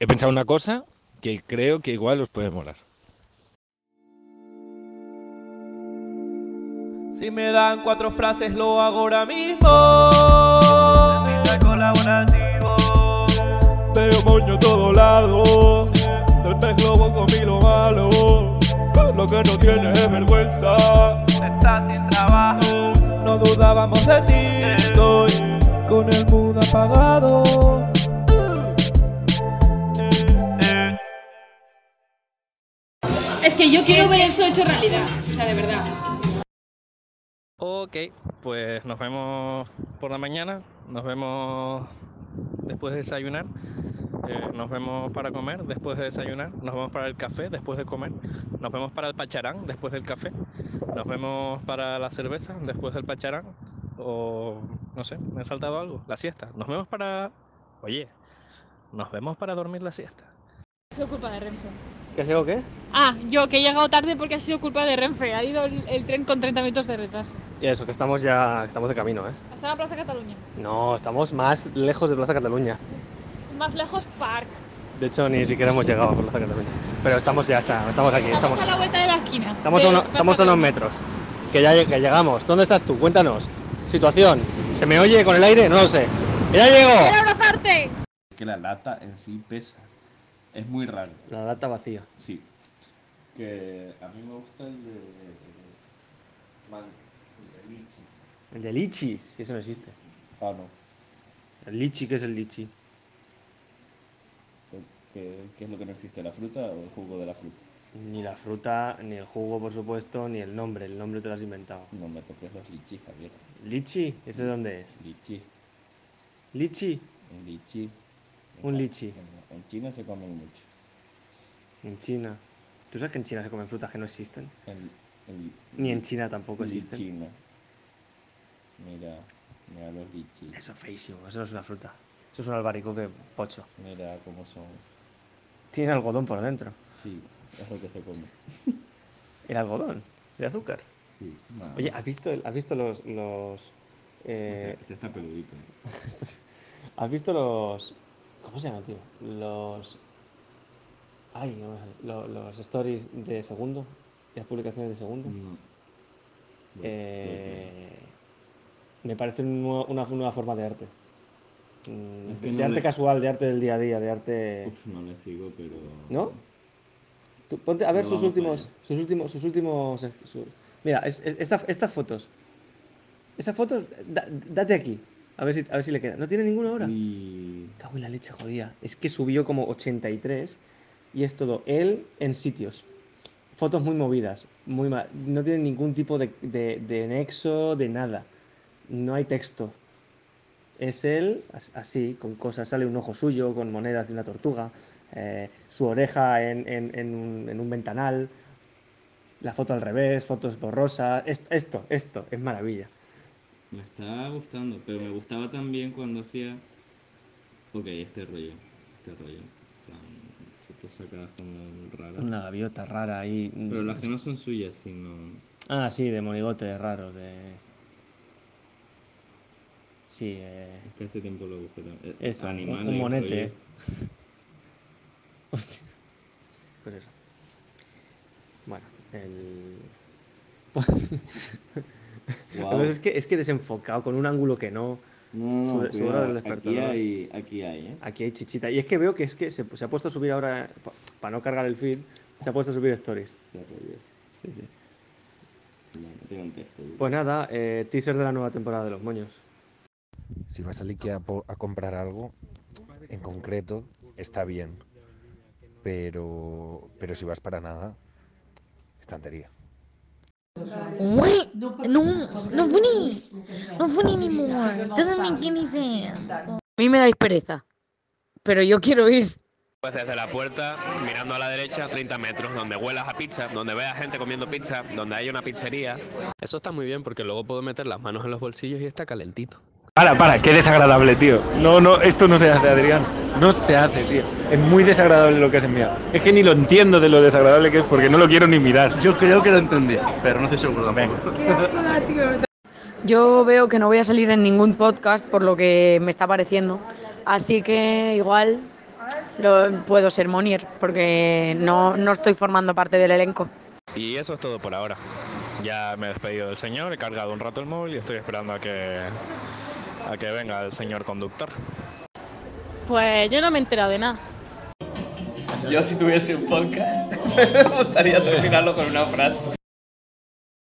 he pensado una cosa que creo que igual os puede molar. Si me dan cuatro frases lo hago ahora mismo. colaborativo. Veo moño a todo lado. Del pez globo comí lo malo. Lo que no tiene es vergüenza. Estás sin trabajo. No dudábamos de ti. Estoy con el mood apagado. Es que yo quiero ver eso hecho realidad. O sea, de verdad. Ok, pues nos vemos por la mañana, nos vemos después de desayunar, eh, nos vemos para comer después de desayunar, nos vemos para el café después de comer, nos vemos para el pacharán después del café, nos vemos para la cerveza después del pacharán, o no sé, me he saltado algo, la siesta, nos vemos para... Oye, nos vemos para dormir la siesta. Ha sido culpa de Renfe. ¿Qué ha sido qué? Ah, yo que he llegado tarde porque ha sido culpa de Renfe. Ha ido el, el tren con 30 minutos de retraso. Y eso, que estamos ya que estamos de camino, ¿eh? Hasta la Plaza Cataluña. No, estamos más lejos de Plaza Cataluña. Más lejos, Park. De hecho, ni siquiera hemos llegado a Plaza Cataluña. Pero estamos ya, está, estamos aquí, Estamos, estamos. a la vuelta de la esquina. Estamos, de a, uno- Plaza estamos a unos Cataluña. metros. Que ya lle- que llegamos. ¿Dónde estás tú? Cuéntanos. Situación. ¿Se me oye con el aire? No lo sé. ¡Ya ¡Quiero llego! abrazarte! que la lata en sí pesa. Es muy raro, La lata vacía. sí. Que a mí me gusta el de. man- el de lichi. El de lichis. Eso no existe. Ah, no. El lichi, ¿qué es el lichi? ¿Qué, qué es lo que no existe? ¿La fruta o el jugo de la fruta? Ni la fruta, ni el jugo, por supuesto, ni el nombre. El nombre te lo has inventado. No me toques los lichis, Javier. ¿Lichi? ¿Eso de dónde es? Lichi. ¿Lichi? Un lichi. Un lichi. En, en China se comen mucho. En China. ¿Tú sabes que en China se comen frutas que no existen? El, el Ni en China tampoco existen. Lichina. Mira, mira los lichis. Eso es feísimo, eso no es una fruta. Eso es un albaricoque pocho. Mira cómo son. Tiene algodón por dentro. Sí, es lo que se come. El algodón, de azúcar. Sí. no. Oye, ¿has visto, el- has visto los. los eh, Este- este está peludito. ¿Has visto los. ¿Cómo se llama, tío? Los. Ay, no me sale. Lo- los stories de segundo. Las publicaciones de segundo. No. Eh, me parece un nuevo- una nueva forma de arte. Mm, Es que de no arte le- casual, de arte del día a día, de arte. Uf, no le sigo, pero. ¿No? Tú ponte a ver No sus vamos últimos, para sus últimos, sus últimos, eh, su- Mira, es- es- esta- estas fotos, esas fotos, da- date aquí, a ver si, a ver si le queda. No tiene ninguna ahora. Y. Cago en la leche, jodía. Es que subió como 83 y es todo él en sitios. Fotos muy movidas, muy mal. No tiene ningún tipo de, de- de nexo, de nada. No hay texto. Es él as- así, con cosas. Sale un ojo suyo, con monedas de una tortuga, eh, su oreja en, en- en un, en un ventanal, la foto al revés, fotos borrosas. Est- Esto, esto, es maravilla. Me estaba gustando, pero me gustaba también cuando hacía. Ok, este rollo. Este rollo. En plan, Fotos sacadas como raras. Una gaviota rara ahí. mm, Pero las que no son suyas, sino. Ah, sí, de monigotes raros, de... Sí, eh, Es que hace este tiempo lo busqué también. Eh, eso, un- animales, un monete. rollo. Hostia. Pues eso. Bueno, el... Guau. es, que, es que desenfocado, con un ángulo que no... No, no, Su- no, su cuidado, hora del aquí despertador. hay, aquí hay, ¿eh? Aquí hay chichita. Y es que veo que es que se, se ha puesto a subir ahora, para no cargar el feed, se ha puesto a subir stories. Este rollo es- Sí, sí. No, no tiene un texto. yo Pues qué sé. nada, eh, teaser de la nueva temporada de Los Moños. Si vas al Ikea po- a comprar algo, en concreto, está bien. Pero, pero si vas para nada, estantería. Wait, no, no funny, no funny anymore. Doesn't make any sense. A mí me dais pereza, pero yo quiero ir. Pues desde la puerta, mirando a la derecha, 30 metros, donde huelas a pizza, donde veas gente comiendo pizza, donde hay una pizzería. Eso está muy bien porque luego puedo meter las manos en los bolsillos y está calentito. Para, para, qué desagradable, tío. No, no, esto no se hace, Adrián. No se hace, tío. Es muy desagradable lo que has enviado. Es que ni lo entiendo de lo desagradable que es porque no lo quiero ni mirar. Yo creo que lo entendí, pero no estoy seguro tampoco. Yo veo que no voy a salir en ningún podcast por lo que me está pareciendo, así que igual lo- puedo ser Monier, porque no, no estoy formando parte del elenco. Y eso es todo por ahora. Ya me he despedido del señor, he cargado un rato el móvil y estoy esperando a que, a que venga el señor conductor. Pues yo no me he enterado de nada. Yo si tuviese un podcast, me gustaría terminarlo con una frase.